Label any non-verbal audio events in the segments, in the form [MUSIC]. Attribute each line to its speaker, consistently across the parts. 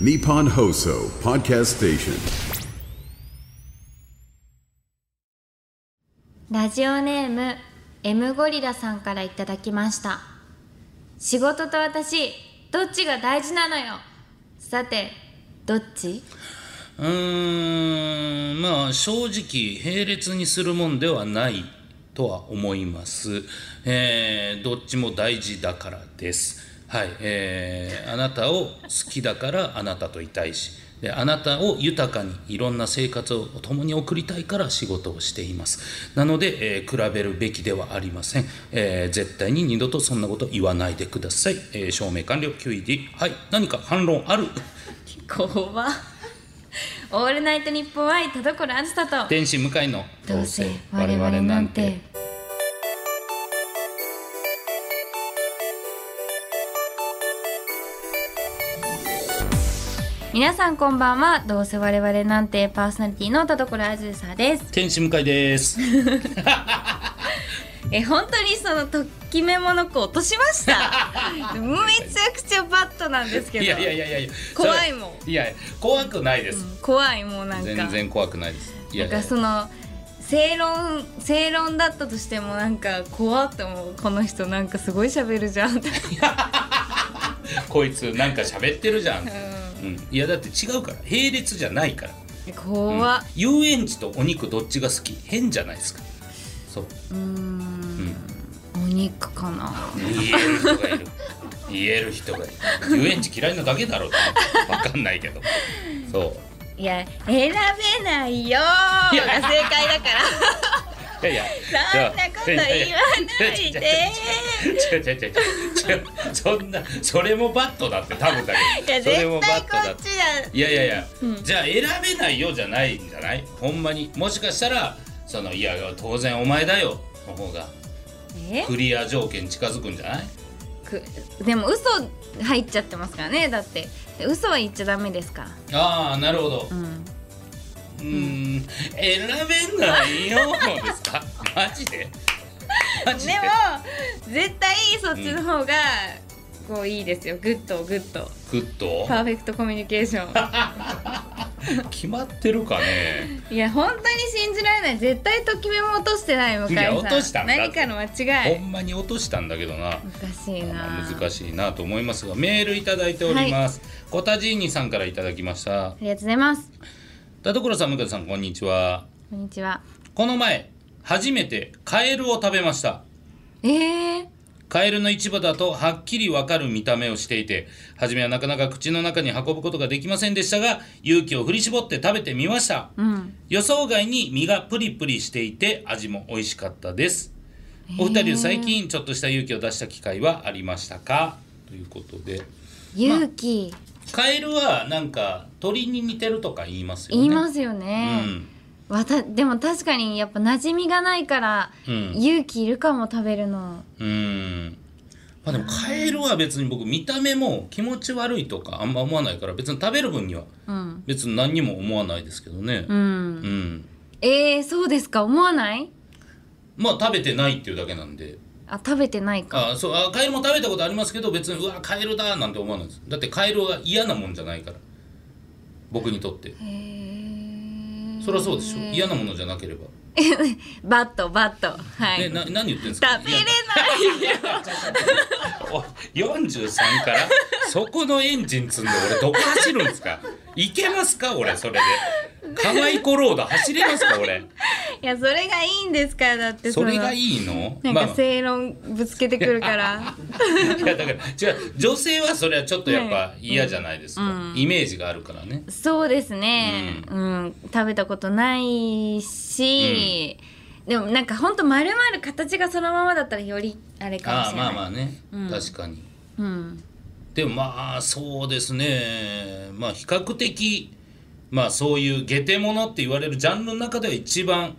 Speaker 1: Nippon Hoso Podcast Station.
Speaker 2: ラジオネーム M ゴリラさんからいただきました仕事と私どっちが大事なのよさてどっち
Speaker 3: うーんまあ正直並列にするもんではないとは思います、えーどっちも大事だからですはいえーあなたを好きだからあなたといたいしであなたを豊かにいろんな生活を共に送りたいから仕事をしていますなので、えー比べるべきではありません、えー絶対に二度とそんなこと言わないでください、えー証明完了 QED はい何か反論ある
Speaker 2: 怖っオールナイトニッポン愛田所あずさと
Speaker 3: 天使向かいの
Speaker 2: どうせ我々なんて皆さんこんばんはどうせ我々なんてパーソナリティの田所あずさです
Speaker 3: 天使向かいです。
Speaker 2: え本当にそのときめもの子落としましためちゃくちゃバッドなんですけど
Speaker 3: いやいやいやいやいや
Speaker 2: 怖いもん
Speaker 3: それいや怖くないです、
Speaker 2: 怖いもうなんか
Speaker 3: 全然怖くないですい
Speaker 2: なんかその正論正論だったとしてもなんか怖って思うこの人なんかすごい喋るじゃん
Speaker 3: こいつなんか喋ってるじゃん、うんいやだって違うから並列じゃないから
Speaker 2: 怖っ
Speaker 3: 遊園地とお肉どっちが好き変じゃないですかそう
Speaker 2: うーんお肉かな
Speaker 3: 言える人がいる言える人がいる遊園地嫌いなだけだろうとわかんないけどそう
Speaker 2: いや選べないよーが正解だから
Speaker 3: いやいや
Speaker 2: そんなこと言わないで
Speaker 3: 違う違う違う違う違うそんなそれもバットだって多分だ
Speaker 2: い
Speaker 3: け
Speaker 2: や
Speaker 3: どそれも
Speaker 2: 絶
Speaker 3: バ
Speaker 2: 対
Speaker 3: ッ
Speaker 2: こ
Speaker 3: トだっ
Speaker 2: ってちだ
Speaker 3: いやいやいや、じゃあ選べないよじゃないんじゃないほんまにもしかしたらそのいや当然お前だよの方が
Speaker 2: え
Speaker 3: クリア条件近づくんじゃない
Speaker 2: くでも嘘入っちゃってますからねだって嘘は言っちゃダメですから
Speaker 3: ああなるほど
Speaker 2: うん
Speaker 3: うーん選べないよですか [LAUGHS] マジでマジ
Speaker 2: で
Speaker 3: で
Speaker 2: も絶対そっちの方がこういいですよグッドグッド
Speaker 3: グッド
Speaker 2: パーフェクトコミュニケーシ [LAUGHS] ョ
Speaker 3: 決まってるかね
Speaker 2: ンいや本当に信じられない絶対ときめも落としてない向井
Speaker 3: い
Speaker 2: さん
Speaker 3: や落としたんだ
Speaker 2: 何かの間違
Speaker 3: ほ
Speaker 2: い
Speaker 3: んまに落としたんだけどな。
Speaker 2: おかしいな
Speaker 3: 難しいなと思いますがメールいただいております、コタジーニさんからいただきました
Speaker 2: ありがとうございます
Speaker 3: 田所さん向井さんこんにちは
Speaker 2: こんにちは
Speaker 3: この前初めてカエルを食べました
Speaker 2: えー、
Speaker 3: カエルの市場だとはっきりわかる見た目をしていて初めはなかなか口の中に運ぶことができませんでしたが勇気を振り絞って食べてみました、
Speaker 2: うん
Speaker 3: 予想外に身がプリプリしていて味も美味しかったですお二人は最近ちょっとした勇気を出した機会はありましたかということで
Speaker 2: 勇気、
Speaker 3: カエルはなんか鳥に似てるとか言いますよね
Speaker 2: 言いますすよ
Speaker 3: う
Speaker 2: ね、
Speaker 3: ん
Speaker 2: わたでも確かにやっぱ馴染みがないから、
Speaker 3: うん
Speaker 2: 勇気いるかも食べるの
Speaker 3: うんまあでもカエルは別に僕見た目も気持ち悪いとかあんま思わないから別に食べる分には
Speaker 2: うん
Speaker 3: 別に何にも思わないですけどね
Speaker 2: う
Speaker 3: うん、
Speaker 2: んえー、そうですか思わない
Speaker 3: まあ食べてないっていうだけなんで
Speaker 2: あ食べてないか
Speaker 3: あそうあカエルも食べたことありますけど別にうわカエルだなんて思わないですだってカエルは嫌なもんじゃないから僕にとって
Speaker 2: へー
Speaker 3: そりゃそうでしょ嫌なものじゃなければ、
Speaker 2: バットバットはい、
Speaker 3: ね、な何言ってんですか
Speaker 2: 食べ
Speaker 3: [LAUGHS]
Speaker 2: れないよ
Speaker 3: お43からそこのエンジン積んで俺どこ走るんですかいけますか俺それで河合コローダ走れます
Speaker 2: [LAUGHS]
Speaker 3: か俺
Speaker 2: いやそれがいいんですからだって
Speaker 3: そ
Speaker 2: の
Speaker 3: れがいいの
Speaker 2: なん
Speaker 3: まあ
Speaker 2: か正論ぶつけてくるから、
Speaker 3: [LAUGHS] いやだから違う女性はそれはちょっとやっぱ
Speaker 2: ね
Speaker 3: 嫌じゃないですか、イメージがあるからね
Speaker 2: そうですね、うん食べたことないし、でもなんかほんと丸々形がそのままだったらよりあれかも
Speaker 3: あ
Speaker 2: し
Speaker 3: あ
Speaker 2: れない
Speaker 3: まあまあね、
Speaker 2: うん
Speaker 3: 確かに
Speaker 2: うん
Speaker 3: でもまあそうですねまあ比較的まあそういう下手者って言われるジャンルの中では一番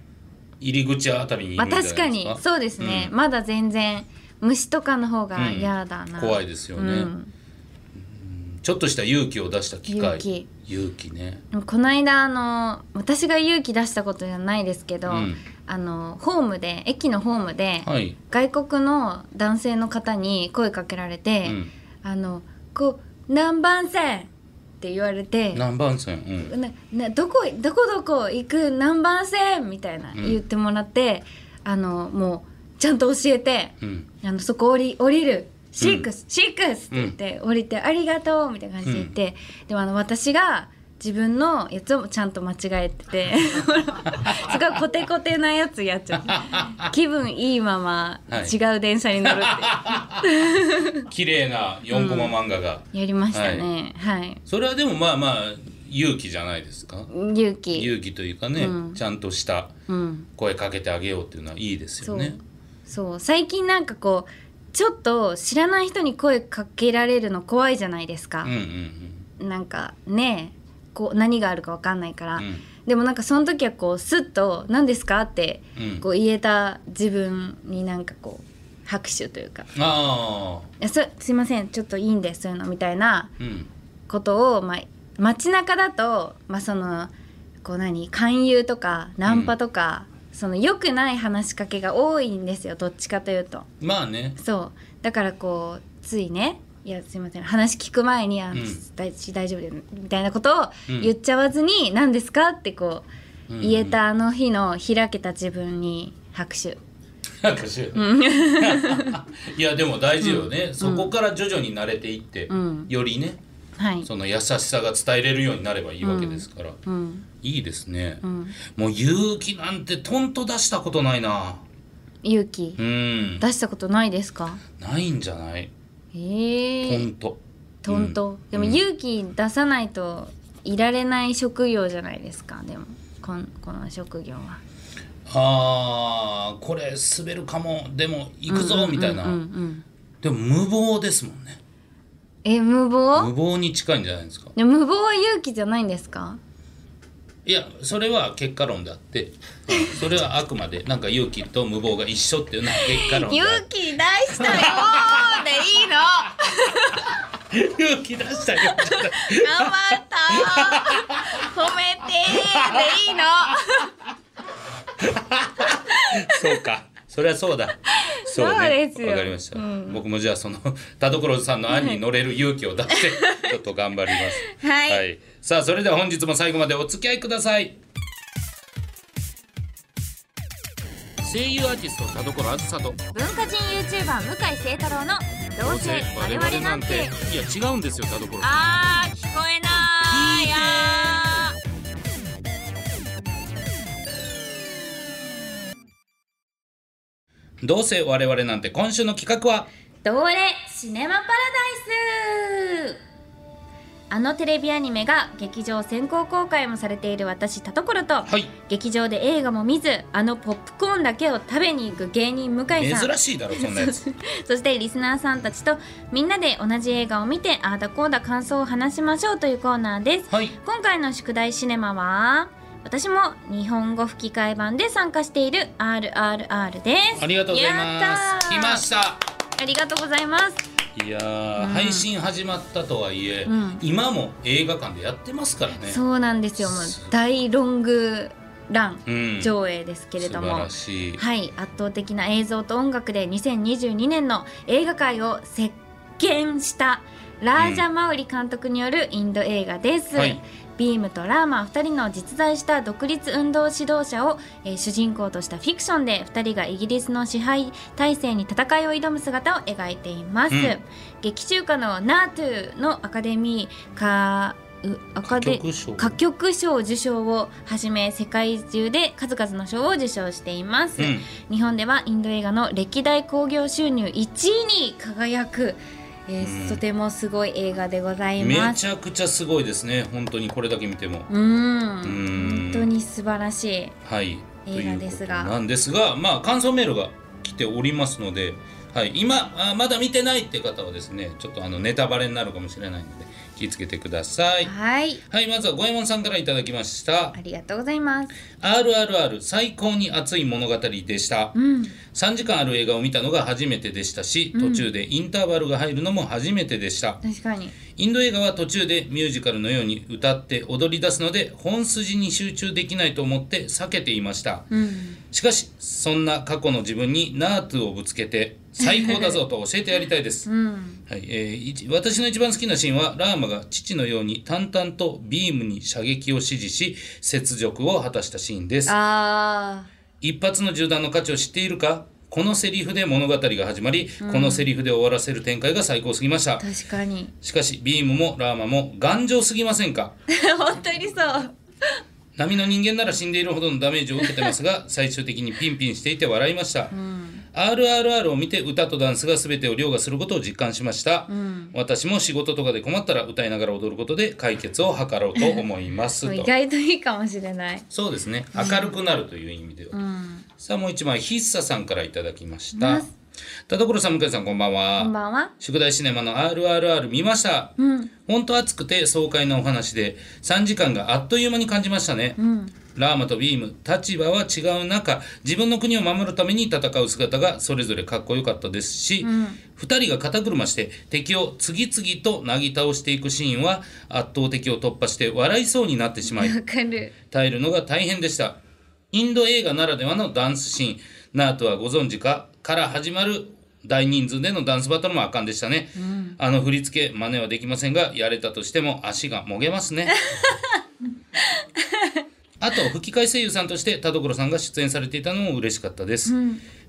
Speaker 3: 入り口あたりにい
Speaker 2: ま
Speaker 3: る
Speaker 2: あ
Speaker 3: んじゃないで
Speaker 2: 確
Speaker 3: すか、
Speaker 2: かにそうですね、まだ全然虫とかの方が嫌だな、
Speaker 3: 怖いですよね、
Speaker 2: うん
Speaker 3: ちょっとした勇気を出した機
Speaker 2: 勇
Speaker 3: 会
Speaker 2: 気
Speaker 3: 勇気ね
Speaker 2: でもこの間あの私が勇気出したことじゃないですけど、
Speaker 3: うん
Speaker 2: あのホームで駅のホームで、
Speaker 3: はい
Speaker 2: 外国の男性の方に声かけられて、
Speaker 3: うん
Speaker 2: あのこう何番線って言われて
Speaker 3: 何番線うん
Speaker 2: ななどこどこどこ行く何番線みたいな言ってもらって、あのもうちゃんと教えて、
Speaker 3: うん
Speaker 2: あのそこ降り降りるシックス、シックスって言って、降りてありがとうみたいな感じで言って、でもあの私が自分のやつをちゃんと間違えてて [LAUGHS] すごいコテコテなやつやっちゃ
Speaker 3: [LAUGHS]
Speaker 2: って気分いいまま
Speaker 3: はい
Speaker 2: 違う電車に乗るって、
Speaker 3: 綺麗な4コマ漫画が、
Speaker 2: やりましたねはい、
Speaker 3: それはでもまあまあ勇気じゃないですか
Speaker 2: 勇気
Speaker 3: 勇気というかね、ちゃんとした
Speaker 2: うん
Speaker 3: 声かけてあげようっていうのはいいです
Speaker 2: そ
Speaker 3: よ
Speaker 2: う、
Speaker 3: ね
Speaker 2: そう最近なんかこうちょっと知らない人に声かけられるの怖いじゃないですか
Speaker 3: うん、うん
Speaker 2: なんかねこう何があるかわかんないから、
Speaker 3: ん
Speaker 2: でもなんかその時はこうスッと「何ですか?」って
Speaker 3: うん
Speaker 2: こう言えた自分になんかこう拍手というか
Speaker 3: うんあ
Speaker 2: 「いやそすいませんちょっといいんですそういうの」みたいな
Speaker 3: あうん
Speaker 2: ことを、まあ、街中だと、まあ、そのこう何勧誘とかナンパとか、その良くない話しかけが多いんですよどっちかというと。
Speaker 3: まあね
Speaker 2: そうだからこうついねいやすいません話聞く前に「あ
Speaker 3: ん
Speaker 2: 大大丈夫だよ」みたいなことを
Speaker 3: うん
Speaker 2: 言っちゃわずに「何ですか?」ってこう、
Speaker 3: うん
Speaker 2: 言えたあの日の開けた自分に拍手
Speaker 3: 拍手 [LAUGHS] いやでも大事よね、そこから徐々に慣れていって、
Speaker 2: ん
Speaker 3: よりね
Speaker 2: はい
Speaker 3: その優しさが伝えれるようになればいいわけですから、
Speaker 2: うん
Speaker 3: いいですね、もう勇気なんてとんと出したことないな
Speaker 2: 勇気、
Speaker 3: うん
Speaker 2: 出したことないですか
Speaker 3: ないんじゃない
Speaker 2: え
Speaker 3: ほ
Speaker 2: え
Speaker 3: んと
Speaker 2: とんとでも勇気出さないといられない職業じゃないですかでもこんこの職業は
Speaker 3: あーこれ滑るかもでも行くぞみたいな、
Speaker 2: うんうん
Speaker 3: でも無謀ですもんね
Speaker 2: え無謀
Speaker 3: 無謀に近いんじゃないですか
Speaker 2: でも無謀は勇気じゃないんですか
Speaker 3: いやそれは結果論であってそれはあくまでなんか勇気と無謀が一緒っていうのは結果論であっ
Speaker 2: 勇気出したよーでいいの
Speaker 3: て [LAUGHS] 勇気出したよ
Speaker 2: 頑張ったー褒めてーでいいの
Speaker 3: [LAUGHS] そうかそれはそうだそう
Speaker 2: そう
Speaker 3: ね
Speaker 2: ですよ
Speaker 3: わかりました、僕もじゃあその [LAUGHS] 田所さんの案に乗れる勇気を出してちょっと頑張ります
Speaker 2: はい
Speaker 3: さあそれでは本日も最後までお付き合いください声優アーティスト田所あずさと
Speaker 2: 文化人 YouTuber 向井聖太郎の「どうせ我々なんて
Speaker 3: いや違うんですよ田所」さん
Speaker 2: あー聞こえなーいや
Speaker 3: どうせ我々なんて今週の企画は
Speaker 2: ーどれシネマパラダイスあのテレビアニメが劇場先行公開もされている私田所と、
Speaker 3: はい
Speaker 2: 劇場で映画も見ずあのポップコーンだけを食べに行く芸人向井さん
Speaker 3: 珍しいだろそんなやつ
Speaker 2: [LAUGHS] そしてリスナーさんたちとみんなで同じ映画を見てああだこうだ感想を話しましょうというコーナーです、
Speaker 3: はい
Speaker 2: 今回の宿題シネマは私も日本語吹き替え版で参加している RRR です
Speaker 3: ありがとうございます
Speaker 2: や
Speaker 3: 来
Speaker 2: ったー
Speaker 3: ました
Speaker 2: ありがとうございます
Speaker 3: いやー、配信始まったとはいえ、
Speaker 2: ん
Speaker 3: 今も映画館でやってますからね
Speaker 2: そうなんですよもう大ロングラン
Speaker 3: うん
Speaker 2: 上映ですけれども、
Speaker 3: 素晴らしい、
Speaker 2: はい圧倒的な映像と音楽で2022年の映画界を席巻したラージャ・マウリ監督によるインド映画です、
Speaker 3: はい
Speaker 2: ビームとラーマ2人の実在した独立運動指導者を、えー主人公としたフィクションで2人がイギリスの支配体制に戦いを挑む姿を描いています、
Speaker 3: うん
Speaker 2: 劇中歌の「ナートゥ」のアカデミーかうアカデ
Speaker 3: 歌曲賞
Speaker 2: 歌曲賞受賞をはじめ世界中で数々の賞を受賞しています、
Speaker 3: うん
Speaker 2: 日本ではインド映画の歴代興行収入1位に輝く、えーとてもすごい映画でございま
Speaker 3: め
Speaker 2: す
Speaker 3: ちゃくちゃすごいですね本当にこれだけ見ても、
Speaker 2: うん
Speaker 3: ん
Speaker 2: 本当に素晴らしい
Speaker 3: はい
Speaker 2: 映画ですが
Speaker 3: ということなんですがまあ感想メールが来ておりますので、はい、今あまだ見てないって方はですねちょっとあのネタバレになるかもしれないので気をつけてください
Speaker 2: はい
Speaker 3: はいまずは五右衛門さんからいただきました
Speaker 2: ありがとうございます
Speaker 3: RRR 最高に熱い物語でした、3時間ある映画を見たのが初めてでしたし途中でインターバルが入るのも初めてでした、
Speaker 2: 確かに
Speaker 3: インド映画は途中でミュージカルのように歌って踊り出すので本筋に集中できないと思って避けていました、しかしそんな過去の自分にナートゥをぶつけて最高だぞと教えてやりたいです、はいえー一私の一番好きなシーンはラーマが父のように淡々とビームに射撃を指示し雪辱を果たしたシーンです
Speaker 2: あ
Speaker 3: 一発の銃弾の価値を知っているかこのセリフで物語が始まり、このセリフで終わらせる展開が最高すぎました
Speaker 2: ー確かに [LAUGHS]
Speaker 3: しかしビームもラーマも頑丈すぎませんか
Speaker 2: 本当にそう
Speaker 3: 波の人間なら死んでいるほどのダメージを受けてますが最終的にピンピンしていて笑いました、RRR を見て歌とダンスが全てを凌駕することを実感しました、私も仕事とかで困ったら歌いながら踊ることで解決を図ろうと思います
Speaker 2: 意
Speaker 3: と
Speaker 2: 外といいかもしれない
Speaker 3: そうですね明るくなるという意味では、さあもう一枚ヒッサさんからいただきました田所さん向井さんこんばんは
Speaker 2: こんばんは
Speaker 3: 宿題シネマの RRR 見ました、ほんと熱くて爽快なお話で3時間があっという間に感じましたね、ラーマとビーム立場は違う中自分の国を守るために戦う姿がそれぞれかっこよかったですし、2人が肩車して敵を次々となぎ倒していくシーンは圧倒的を突破して笑いそうになってしまい
Speaker 2: わかる
Speaker 3: 耐えるのが大変でしたインド映画ならではのダンスシーンナートはご存知かから始まる大人数でのダンスバトルも圧巻でしたね、あの振り付け真似はできませんがやれたとしても足がもげますねあと吹き替え声優さんとして田所さんが出演されていたのも嬉しかったです、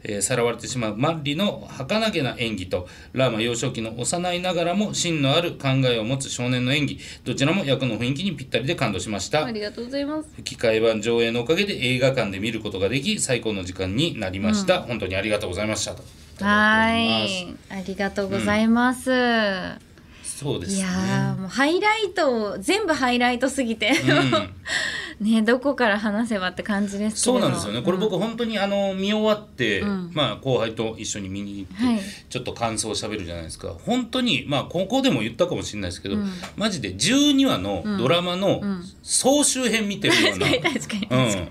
Speaker 3: えーさらわれてしまうマッリの儚げな演技とラーマ幼少期の幼いながらも芯のある考えを持つ少年の演技どちらも役の雰囲気にぴったりで感動しました
Speaker 2: ありがとうございます
Speaker 3: 吹き替え版上映のおかげで映画館で見ることができ最高の時間になりました、本当にありがとうございましたと
Speaker 2: は
Speaker 3: ただいており
Speaker 2: いありがとうございます、
Speaker 3: ますそうで
Speaker 2: い
Speaker 3: すね
Speaker 2: やーもうハイライトを全部ハイライトすぎて、 [LAUGHS] ねどこから話せばって感じですけ
Speaker 3: そ
Speaker 2: れ
Speaker 3: う
Speaker 2: ど
Speaker 3: なんですよねこれ僕本当にあの見終わって、まあ、後輩と一緒に見に行って、
Speaker 2: はい
Speaker 3: ちょっと感想をしゃべるじゃないですか本当にまあここでも言ったかもしれないですけど、マジで12話のドラマの総集編見てるような、
Speaker 2: 確かに確かに、
Speaker 3: うん、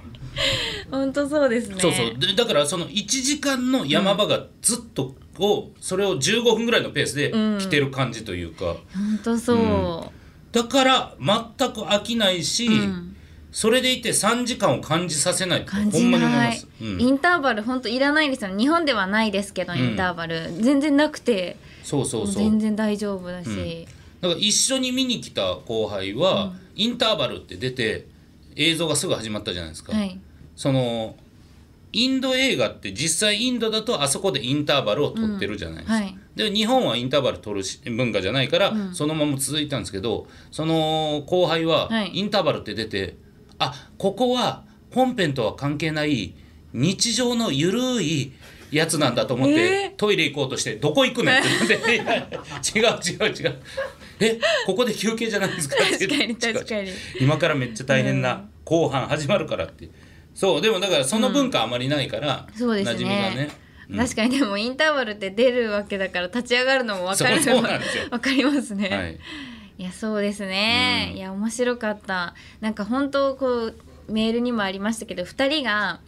Speaker 2: 本当そうですね
Speaker 3: そうそうでだからその1時間の山場がずっとをそれを15分ぐらいのペースで来てる感じというか、
Speaker 2: 本当そう、
Speaker 3: だから全く飽きないし、それでいて3時間を感じさせないって
Speaker 2: 感
Speaker 3: ほ
Speaker 2: じ
Speaker 3: んまに思い
Speaker 2: な
Speaker 3: ま
Speaker 2: い
Speaker 3: す、うん
Speaker 2: インターバル本当いらないですよね日本ではないですけど、インターバル全然なくて
Speaker 3: そうそうそう
Speaker 2: 全然大丈夫だし、
Speaker 3: だから一緒に見に来た後輩は、インターバルって出て映像がすぐ始まったじゃないですか、
Speaker 2: はい
Speaker 3: そのインド映画って実際インドだとあそこでインターバルを取ってるじゃないですか、
Speaker 2: うん
Speaker 3: [LAUGHS]
Speaker 2: はい
Speaker 3: で日本はインターバル取るし文化じゃないから、そのまま続いたんですけどその後輩は
Speaker 2: はい
Speaker 3: インターバルって出て、あここは本編とは関係ない日常のゆるいやつなんだと思って、
Speaker 2: え
Speaker 3: トイレ行こうとしてどこ行くねんって言ってい [LAUGHS] や違う違う違うえここで休憩じゃないですかって言って
Speaker 2: 確かに確かに
Speaker 3: 違う違う今からめっちゃ大変な後半始まるからってそうでもだからその文化あまりないから、
Speaker 2: そうです
Speaker 3: 馴
Speaker 2: ね
Speaker 3: 染みがね
Speaker 2: 確かにでもインターバルって出るわけだから立ち上がるのも分かる
Speaker 3: そうそうな
Speaker 2: [LAUGHS]
Speaker 3: んですよ
Speaker 2: 分かりますね、
Speaker 3: はい
Speaker 2: いやそうですね、いや面白かったなんか本当こうメールにもありましたけど2人が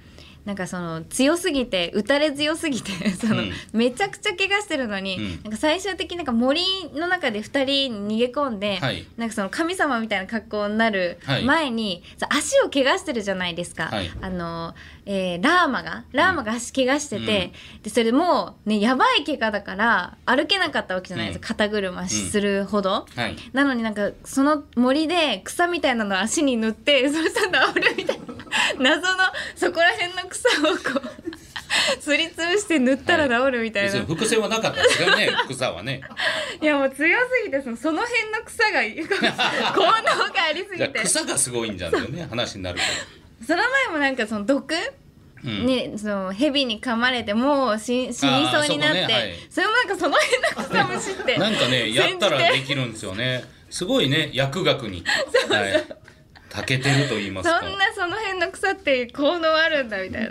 Speaker 2: なんかその強すぎて打たれ強すぎて [LAUGHS] その、
Speaker 3: うん
Speaker 2: めちゃくちゃ怪我してるのに、
Speaker 3: うん
Speaker 2: なんか最終的になんか森の中で2人逃げ込んで、
Speaker 3: はい
Speaker 2: なんかその神様みたいな格好になる
Speaker 3: はい
Speaker 2: 前に、さ足を怪我してるじゃないですか、
Speaker 3: はい
Speaker 2: あのえーラーマがラーマが足怪我してて、でそれもうねやばい怪我だから歩けなかったわけじゃないですか、肩車するほど。
Speaker 3: はい
Speaker 2: なのになんかその森で草みたいなのを足に塗って [LAUGHS] そしたら治るみたいな謎のそこら辺の草をこうすりつぶして塗ったら治るみたい
Speaker 3: 別
Speaker 2: な、
Speaker 3: に伏線はなかったですよね草はね
Speaker 2: い、やもう強すぎてそのその辺の草が
Speaker 3: [LAUGHS]
Speaker 2: 効能がありす
Speaker 3: じゃ
Speaker 2: ぎ
Speaker 3: あ
Speaker 2: て
Speaker 3: 草がすごいんじゃんだよね話になるか
Speaker 2: その前もなんかその毒
Speaker 3: ら、うん
Speaker 2: ね、その蛇に噛まれてもう死死にそうになってそ,、
Speaker 3: あーそこねはい
Speaker 2: れもなんかその辺の草むしって
Speaker 3: なんかねやったらで
Speaker 2: 煎じて
Speaker 3: きるんですよねすごいね薬学にはい長けてると言います
Speaker 2: そ
Speaker 3: か
Speaker 2: んなその辺の草って効能あるんだみた
Speaker 3: [LAUGHS]
Speaker 2: いな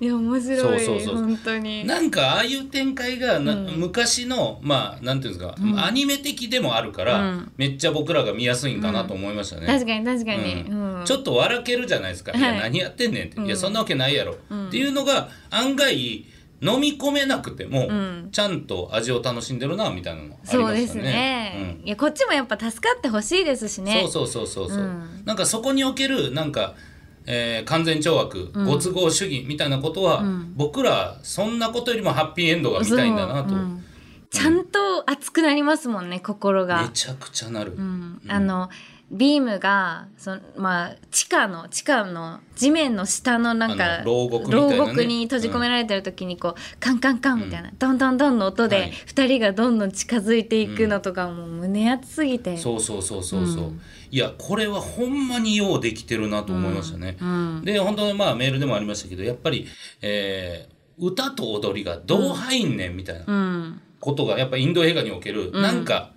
Speaker 2: いや面白い
Speaker 3: そうそうそう
Speaker 2: 本当に
Speaker 3: なんかああいう展開がな、昔のまあなんていうんですか、アニメ的でもあるから、めっちゃ僕らが見やすいんかなと思いましたね、
Speaker 2: 確かに確かに、
Speaker 3: うん
Speaker 2: うん
Speaker 3: ちょっと笑けるじゃないですか「い、や
Speaker 2: はい
Speaker 3: 何やってんねん」って「いやそんなわけないやろ」っていうのが案外飲み込めなくても、ちゃんと味を楽しんでるなみたいなのあり
Speaker 2: そ
Speaker 3: ま
Speaker 2: う
Speaker 3: し
Speaker 2: で
Speaker 3: た
Speaker 2: す
Speaker 3: ね。
Speaker 2: ね、いやこっちもやっぱ助かってほしいですし
Speaker 3: うん
Speaker 2: ね
Speaker 3: そうそうそうそうそう、なんかそこにおけるなんかえー完全懲悪、ご都合主義みたいなことは、僕らそんなことよりもハッピーエンドが見たいんだなと、
Speaker 2: そううんちゃんと熱くなりますもんね心が
Speaker 3: めちゃくちゃなる、
Speaker 2: うんあのビームがその、まあ、地下の地下の地面の下のなん
Speaker 3: あ
Speaker 2: か
Speaker 3: の牢獄みたいなね
Speaker 2: 牢獄に閉じ込められてる時にこう、カンカンカンみたいな、どんどんどんの音
Speaker 3: は
Speaker 2: で
Speaker 3: い
Speaker 2: 2人がどんどん近づいていくのとかもう胸熱すぎて、
Speaker 3: そうそうそうそうそう、いやこれはほんまにようできてるなと思いましたね、で本当にまあメールでもありましたけどやっぱり、えー歌と踊りがどう入んねんみたいな、
Speaker 2: うん
Speaker 3: ことがやっぱインド映画における、なんか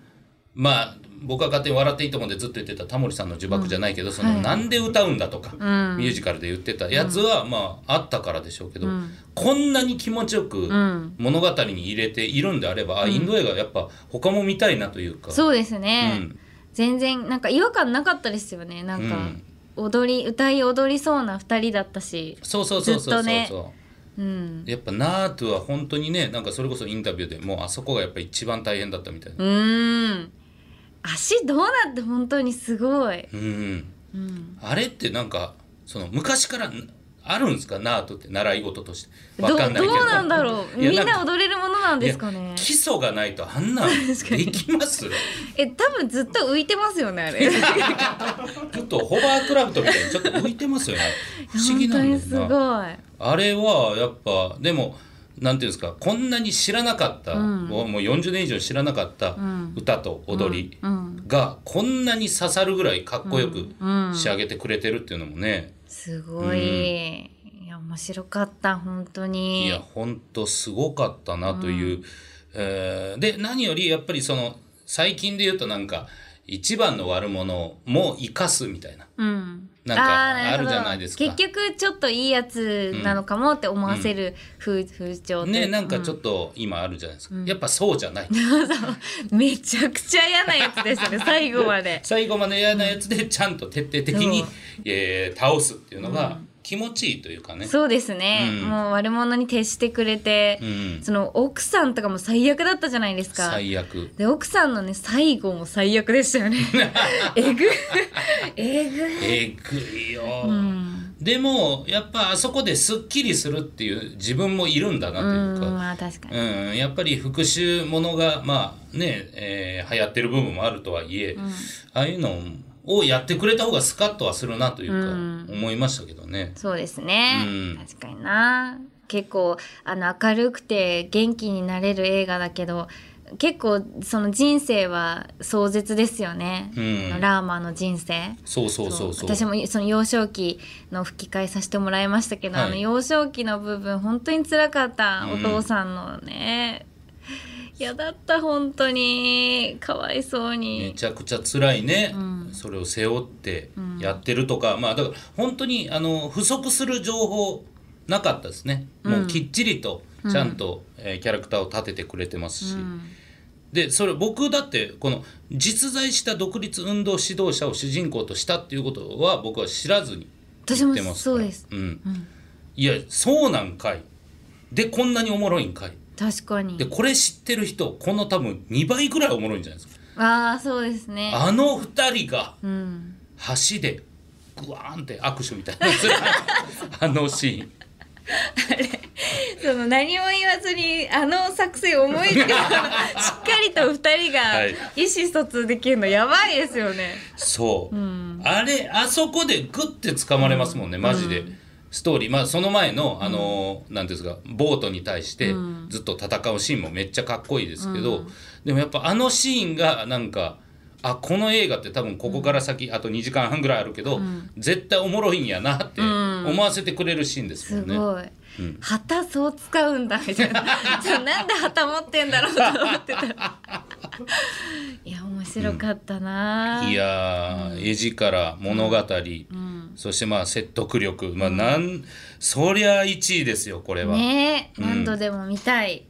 Speaker 3: まあ僕は勝手に笑っていいと思うんでずっと言ってたタモリさんの呪縛じゃないけど、その、なんで歌うんだとか、ミュージカルで言ってたやつは、まああったからでしょうけど、こんなに気持ちよく
Speaker 2: ん
Speaker 3: 物語に入れているんであれば、あインド映画やっぱ他も見たいなというか
Speaker 2: そうですね、
Speaker 3: うん
Speaker 2: 全然なんか違和感なかったですよねなんか、踊り歌い踊りそうな2人だったし
Speaker 3: そうそうそうそうそうそう、
Speaker 2: ずっとうん
Speaker 3: やっぱナートゥは本当にねなんかそれこそインタビューでもうあそこがやっぱ一番大変だったみたいな
Speaker 2: う、ーん足どうなって本当にすごい
Speaker 3: うんあれってなんかその昔からあるんですかナートって習い事として
Speaker 2: ど
Speaker 3: わ
Speaker 2: うど
Speaker 3: か
Speaker 2: うん
Speaker 3: ないけど
Speaker 2: なんだろう
Speaker 3: いや
Speaker 2: みん
Speaker 3: か
Speaker 2: な踊れるものなんですか
Speaker 3: いや
Speaker 2: ね
Speaker 3: 基礎がないとあ
Speaker 2: [LAUGHS]
Speaker 3: んなんできます
Speaker 2: え多分ずっと浮いてますよねあれ
Speaker 3: ちょっとホバークラフトみたいにちょっと浮いてます
Speaker 2: [LAUGHS]
Speaker 3: よね不思議
Speaker 2: 本
Speaker 3: な
Speaker 2: 当
Speaker 3: ん
Speaker 2: に
Speaker 3: だ
Speaker 2: す
Speaker 3: よ
Speaker 2: ごい
Speaker 3: なあれはやっぱでもなんていうんですかこんなに知らなかった、もうもう40年以上知らなかった歌と踊りがこんなに刺さるぐらいかっこよく仕上げてくれてるっていうのもね、
Speaker 2: すごい、いや面白かった本当に
Speaker 3: いや本当すごかったなという、えーで何よりやっぱりその最近で言うとなんか一番の悪者も生かすみたいな
Speaker 2: うん
Speaker 3: なんか
Speaker 2: ーるほど
Speaker 3: あるじゃないですか
Speaker 2: 結局ちょっといいやつなのかもって思わせる風,、風潮って、
Speaker 3: ねなんかちょっと今あるじゃないですか、やっぱそうじゃない
Speaker 2: めちゃくちゃ嫌なやつですよね最後ま
Speaker 3: [LAUGHS]
Speaker 2: で
Speaker 3: 最後まで嫌なやつでちゃんと徹底的に
Speaker 2: そう、
Speaker 3: えー倒すっていうのが気持ちいいというかね、
Speaker 2: そうですね、
Speaker 3: うん
Speaker 2: もう悪者に徹してくれて、
Speaker 3: うん
Speaker 2: その奥さんとかも最悪だったじゃないですか
Speaker 3: 最悪
Speaker 2: で奥さんのね最後も最悪で
Speaker 3: [LAUGHS]
Speaker 2: したよねえぐえぐ
Speaker 3: えぐいよ、でもやっぱあそこですっきりするっていう自分もいるんだなというか、
Speaker 2: うんまあ確かに、
Speaker 3: うん、やっぱり復讐ものが、まあねえー流行ってる部分もあるとはいえ、ああいうのをやってくれた方がスカッとはするなというか、思いましたけどね。
Speaker 2: そうですね、
Speaker 3: うん
Speaker 2: 確かにな結構あの明るくて元気になれる映画だけど結構その人生は壮絶ですよね、
Speaker 3: うん
Speaker 2: あのラーマの人生
Speaker 3: そうそうそうそう。
Speaker 2: 私もその幼少期の吹き替えさせてもらいましたけど、
Speaker 3: はい
Speaker 2: あの幼少期の部分本当につらかった、
Speaker 3: うん
Speaker 2: お父さんのね嫌だった本当にかわいそう
Speaker 3: め
Speaker 2: に、
Speaker 3: ちゃくちゃ辛いね、それを背負ってやってるとか、まあだから本当にあの不足する情報なかったですね、もうきっちりとちゃんと、えーキャラクターを立ててくれてますし、でそれ僕だってこの実在した独立運動指導者を主人公としたっていうことは僕は知らずに
Speaker 2: 私も
Speaker 3: 言ってますか
Speaker 2: そ
Speaker 3: ら
Speaker 2: うです、
Speaker 3: うんいやそうなんかいでこんなにおもろいんかい
Speaker 2: 確かに
Speaker 3: でこれ知ってる人この多分2倍ぐらいおもろいんじゃないですか
Speaker 2: ああそうですね
Speaker 3: あの二人が
Speaker 2: うん
Speaker 3: 橋でグワーンって握手みたいな [LAUGHS] あのシーン
Speaker 2: その何も言わずにあの作戦思いつきしっ
Speaker 3: [LAUGHS]
Speaker 2: かりと二人が
Speaker 3: はい
Speaker 2: 意思疎通できるのやばいですよね、
Speaker 3: そう、あれあそこでグッて掴まれますもんね、マジで、ストーリーまあその前のあのーなんていうんですかボートに対してずっと戦うシーンもめっちゃかっこいいですけど、でもやっぱあのシーンがなんかあこの映画って多分ここから先、あと2時間半ぐらいあるけど、絶対おもろいんやなって思わせてくれるシーンですも
Speaker 2: す
Speaker 3: んね。
Speaker 2: ごい、旗そう使うんだみた
Speaker 3: [LAUGHS]
Speaker 2: いなちょなんで旗持ってんだろうと思ってたいや面白かったな、
Speaker 3: いやー、絵力物語、そしてまあ説得力、まあなんそりゃ1位ですよこれは、
Speaker 2: ねえ何度でも見たい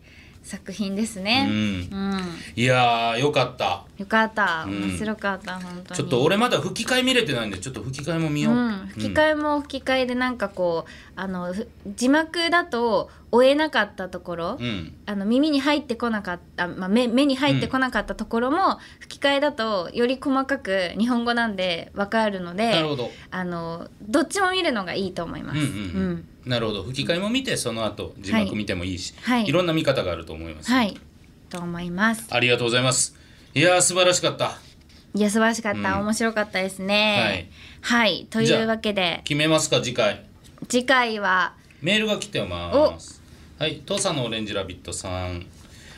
Speaker 2: 作品ですね
Speaker 3: う、、
Speaker 2: うんん
Speaker 3: いやーよかった
Speaker 2: よかった面白かった、本当に
Speaker 3: ちょっと俺まだ吹き替え見れてないんでちょっと吹き替えも見よう、
Speaker 2: うん、吹き替えも吹き替えでなんかこう、あのふ字幕だと追えなかったところ、
Speaker 3: うん
Speaker 2: あの耳に入ってこなかった、まあ、目目に入ってこなかったところも吹き替えだとより細かく日本語なんで分かるので
Speaker 3: なるほど
Speaker 2: あのどっちも見るのがいいと思います。
Speaker 3: うんうんうんなるほど吹き替えも見てその後字幕見てもいいし、
Speaker 2: はい
Speaker 3: い、ろんな見方があると思います、
Speaker 2: はいと思います。
Speaker 3: ありがとうございますいやー素晴らしかった
Speaker 2: いや素晴らしかった、面白かったですね。はい、と
Speaker 3: じ
Speaker 2: い
Speaker 3: ゃ
Speaker 2: う
Speaker 3: あ
Speaker 2: わけで
Speaker 3: 決めますか次回
Speaker 2: 次回は
Speaker 3: メールが来てますはい土佐のオレンジラビットさん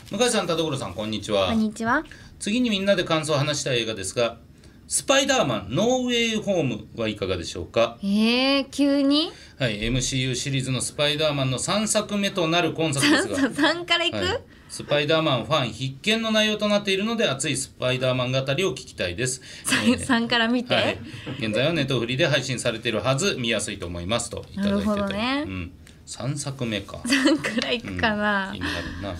Speaker 3: 向井さん田所さんこんにちは
Speaker 2: こんにちは。
Speaker 3: 次にみんなで感想を話したい映画ですが「スパイダーマンノーウェイホーム」はいかがでしょうか
Speaker 2: えー、急に
Speaker 3: はい、MCU シリーズの「スパイダーマン」の3作目となる今作ですが
Speaker 2: [LAUGHS] さんから行く、
Speaker 3: はい、スパイダーマンファン必見の内容となっているので熱いスパイダーマン語りを聞きたいです、
Speaker 2: さ
Speaker 3: えー
Speaker 2: さんから見て、
Speaker 3: はい、現在はネットフリで配信されているはず見やすいと思いますといただいてて
Speaker 2: なるほどね
Speaker 3: うん、3作目か
Speaker 2: さんから行くかな、
Speaker 3: 気になるな、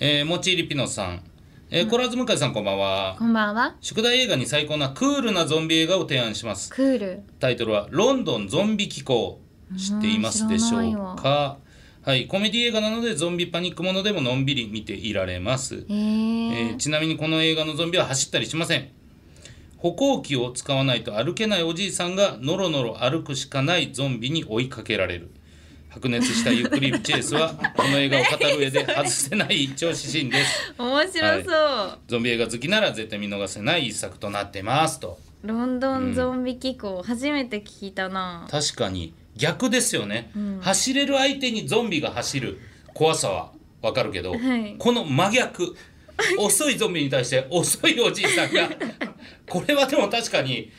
Speaker 3: えー、もちいりピノさん、えー、コラーズ向井さんこんばんは、
Speaker 2: こんばんは
Speaker 3: 宿題映画に最高なクールなゾンビ映画を提案します
Speaker 2: クール
Speaker 3: タイトルは「ロンドンゾンビ機構」知っていますでしょ
Speaker 2: うん知
Speaker 3: う
Speaker 2: らない
Speaker 3: かはいコメディ映画なのでゾンビパニックものでものんびり見ていられます
Speaker 2: え
Speaker 3: え
Speaker 2: ー
Speaker 3: ーちなみにこの映画のゾンビは走ったりしません歩行器を使わないと歩けないおじいさんがのろのろ歩くしかないゾンビに追いかけられる白熱したゆっくりチェイスは [LAUGHS] この映画を語る上で外せない一押しシーンです
Speaker 2: 面白そう、
Speaker 3: ゾンビ映画好きなら絶対見逃せない一作となってますと
Speaker 2: ロンドンゾンビ機構、初めて聞いたな
Speaker 3: 確かに逆ですよね、走れる相手にゾンビが走る怖さはわかるけど、
Speaker 2: はい
Speaker 3: この
Speaker 2: [LAUGHS]
Speaker 3: 真逆遅いゾンビに対して遅いおじいさんがこれはでも確かに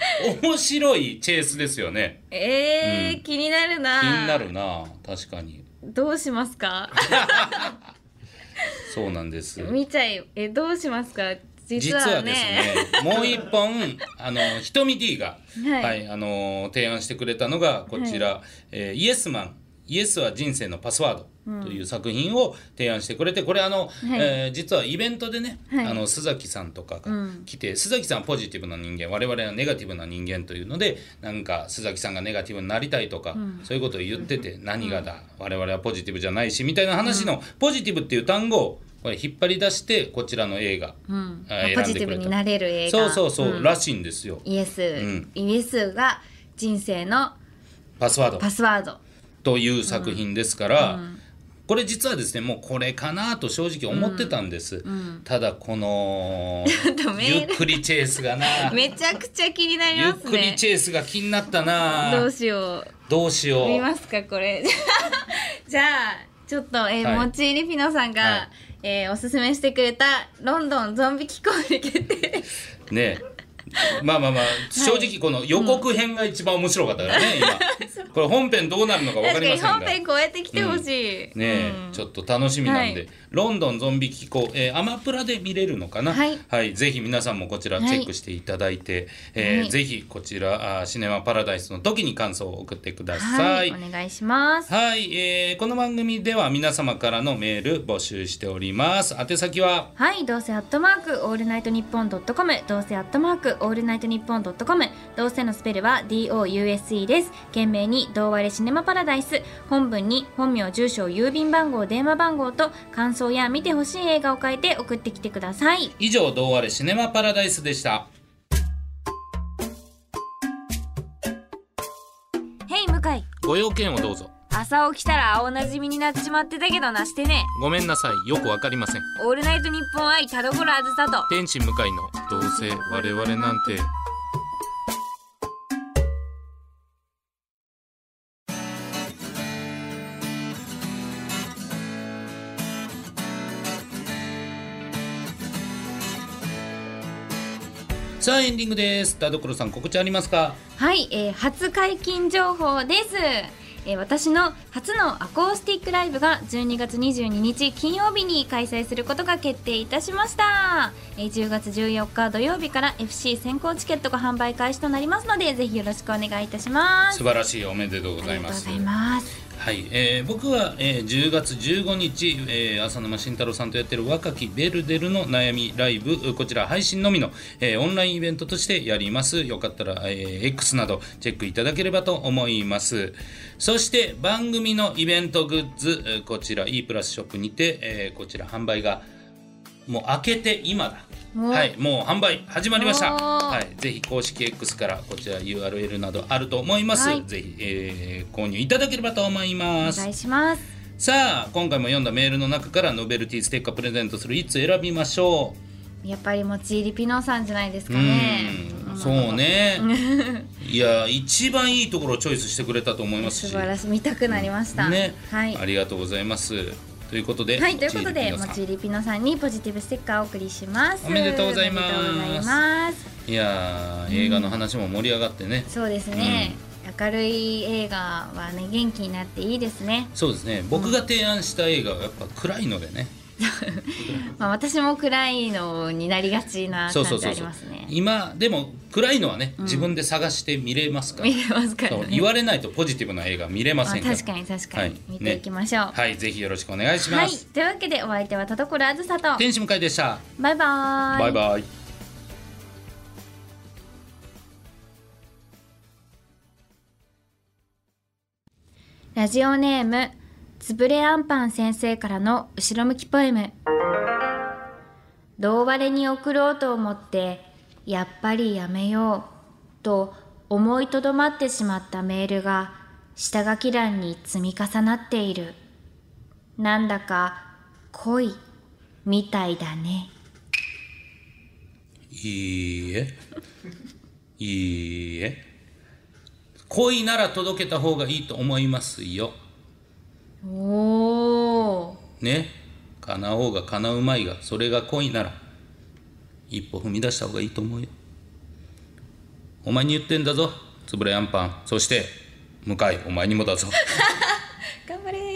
Speaker 3: 面白いチェイスですよね
Speaker 2: えー気になるな
Speaker 3: 気になるな確かに
Speaker 2: どうします
Speaker 3: [LAUGHS]
Speaker 2: か
Speaker 3: そうなんです
Speaker 2: 見ちゃいえどうしますか実
Speaker 3: 実
Speaker 2: は
Speaker 3: は
Speaker 2: ね
Speaker 3: ですねもう一本 [LAUGHS] あの瞳 D が、
Speaker 2: はい
Speaker 3: あの提案してくれたのがこちら、えーイエスマンイエスは人生のパスワード」という作品を提案してくれてこれあの、えー実はイベントでね、
Speaker 2: はい
Speaker 3: あの須崎さんとかが来て、須崎さんはポジティブな人間我々はネガティブな人間というのでなんか須崎さんがネガティブになりたいとか、そういうことを言ってて、何がだ我々はポジティブじゃないしみたいな話の、ポジティブっていう単語をこれ引っ張り出してこちらの映画、
Speaker 2: うん
Speaker 3: あ
Speaker 2: ポジティブになれる映
Speaker 3: そ
Speaker 2: 画
Speaker 3: うそうそう、らしいんですよ
Speaker 2: イエス、
Speaker 3: ん
Speaker 2: イエスが人生の
Speaker 3: パスワード
Speaker 2: パスワード
Speaker 3: という作品ですから、これ実はですねもうこれかなと正直思ってたんです、ただ
Speaker 2: [LAUGHS]
Speaker 3: この
Speaker 2: とメー
Speaker 3: ゆ
Speaker 2: ル
Speaker 3: っくりチェイス
Speaker 2: [LAUGHS]
Speaker 3: がな
Speaker 2: めちゃくちゃ気になり
Speaker 3: ゆっ
Speaker 2: ます
Speaker 3: くり
Speaker 2: ね
Speaker 3: チェイスが気になった
Speaker 2: ど
Speaker 3: な
Speaker 2: うしよう
Speaker 3: どうしよ
Speaker 2: 見
Speaker 3: う
Speaker 2: ますかこれ [LAUGHS] じゃあちょっと、えー
Speaker 3: はい
Speaker 2: もちりぴのさんが、
Speaker 3: はい
Speaker 2: えーおすすめしてくれたロンドンゾンビ機構に決定です
Speaker 3: ねまあまあまあ正直この予告編が一番面白かったから
Speaker 2: [LAUGHS]
Speaker 3: ね、今これ本編どうなるのか分か
Speaker 2: 確かに
Speaker 3: りませんが
Speaker 2: 本編こうやって来てほしい、
Speaker 3: ねえ、ちょっと楽しみなんで、
Speaker 2: はい
Speaker 3: ロンドンゾンビ機構、えーアマプラで見れるのかな、
Speaker 2: はい
Speaker 3: ぜひ皆さんもこちらチェックしていただいて、えー
Speaker 2: はい
Speaker 3: ぜひこちらあーシネマパラダイスの時に感想を送ってく
Speaker 2: は
Speaker 3: ださ
Speaker 2: い
Speaker 3: い。
Speaker 2: お願いします
Speaker 3: はい、えーこの番組では皆様からのメール募集しております。宛先は
Speaker 2: はい、どうせアットマークオールナイトニッポンドットコム、どうせアットマークオールナイトニッポンドットコム、どうせのスペルは DOUSE です。懸命に、どうわれシネマパラダイス、本文に本名、住所、郵便番号、電話番号と感想や見てほしい映画を書いて送ってきてください。
Speaker 3: 以上「どうあれシネマパラダイス」でした。
Speaker 2: へい、向井。
Speaker 3: ご用件をどうぞ。
Speaker 2: 朝起きたら青なじみになってしまってたけどなしてね。
Speaker 3: ごめんなさい、よくわかりません。
Speaker 2: オールナイトニッポン愛、田所あずさと。
Speaker 3: 天使向かいの「どうせ我々なんて」さあエンディングです田所さん告知ありますか
Speaker 2: はい、えー初解禁情報です、えー私の初のアコースティックライブが12月22日金曜日に開催することが決定いたしました、えー10月14日土曜日から FC 先行チケットが販売開始となりますのでぜひよろしくお願いいたします
Speaker 3: 素晴らしいおめでとうご
Speaker 2: あ
Speaker 3: ざい
Speaker 2: りが
Speaker 3: ま
Speaker 2: とうご
Speaker 3: す
Speaker 2: ざいます
Speaker 3: はいえー僕は、えー10月15日、えー浅沼慎太郎さんとやってる若きベルデルの悩みライブこちら配信のみの、えーオンラインイベントとしてやりますよかったら、えー X などチェックいただければと思いますそして番組のイベントグッズえーこちら E プラスショップにて、えーこちら販売がもう開けて今だ。
Speaker 2: お
Speaker 3: はい、もう販売始まりました。
Speaker 2: おー
Speaker 3: はい、ぜひ公式 X からこちら URL などあると思います。
Speaker 2: はい
Speaker 3: ぜひ、えー購入いただければと思いま
Speaker 2: お
Speaker 3: す
Speaker 2: 願。いします
Speaker 3: さあ、今回も読んだメールの中からノベルティステッカープレゼントするいつ選びましょ
Speaker 2: やっぱり持ち入りピノさんじゃないです
Speaker 3: う。
Speaker 2: かね
Speaker 3: うん、そうね。いや、一番いいところをチョイスしてくれたと思いますし。
Speaker 2: 素晴らしい見たくなりました、
Speaker 3: ね、
Speaker 2: はい
Speaker 3: ありがとうございます。ということで、
Speaker 2: はい、ということ
Speaker 3: ち
Speaker 2: で、
Speaker 3: え
Speaker 2: も
Speaker 3: りぴのさん
Speaker 2: ちりぴのさんにポジティブステッカーをお送りします。
Speaker 3: おめでとうございます
Speaker 2: おめでとうございます
Speaker 3: いやー、映画の話も盛り上がってね。
Speaker 2: そうですね、明るい映画はね、元気になっていいですね。
Speaker 3: そうですね僕が提案した映画はやっぱ暗いのでね、
Speaker 2: まあ、私も暗いのになりがちな
Speaker 3: そ
Speaker 2: 感
Speaker 3: うそう
Speaker 2: じ
Speaker 3: そ
Speaker 2: あ
Speaker 3: う
Speaker 2: り
Speaker 3: そう、
Speaker 2: ますね。
Speaker 3: 今でも暗いのはね、自分で探して見れますから
Speaker 2: 見れますから
Speaker 3: そう
Speaker 2: ね。
Speaker 3: 言われないとポジティブな映画見れま
Speaker 2: まあ、
Speaker 3: せんから、
Speaker 2: 確かに、確かに、
Speaker 3: はい
Speaker 2: 見ていきましょう。
Speaker 3: ねはいぜひよろしくお願いし
Speaker 2: は
Speaker 3: ま
Speaker 2: い、
Speaker 3: す、
Speaker 2: というわけで、お相手は田所あずさと。
Speaker 3: 天使向井でした
Speaker 2: バイバーイ。
Speaker 3: バイバイ
Speaker 2: ラジオネームつぶれあんぱん先生からの後ろ向きポエム同割れに送ろうと思ってやっぱりやめようと思いとどまってしまったメールが下書き欄に積み重なっているなんだか恋みたいだね
Speaker 3: いいえいいえ恋なら届けた方がいいと思いますよ
Speaker 2: おお
Speaker 3: ね叶おうが叶うまいがそれが恋なら一歩踏み出した方がいいと思うよお前に言ってんだぞつぶれあんぱんそして向井お前にもだぞ
Speaker 2: 頑張れ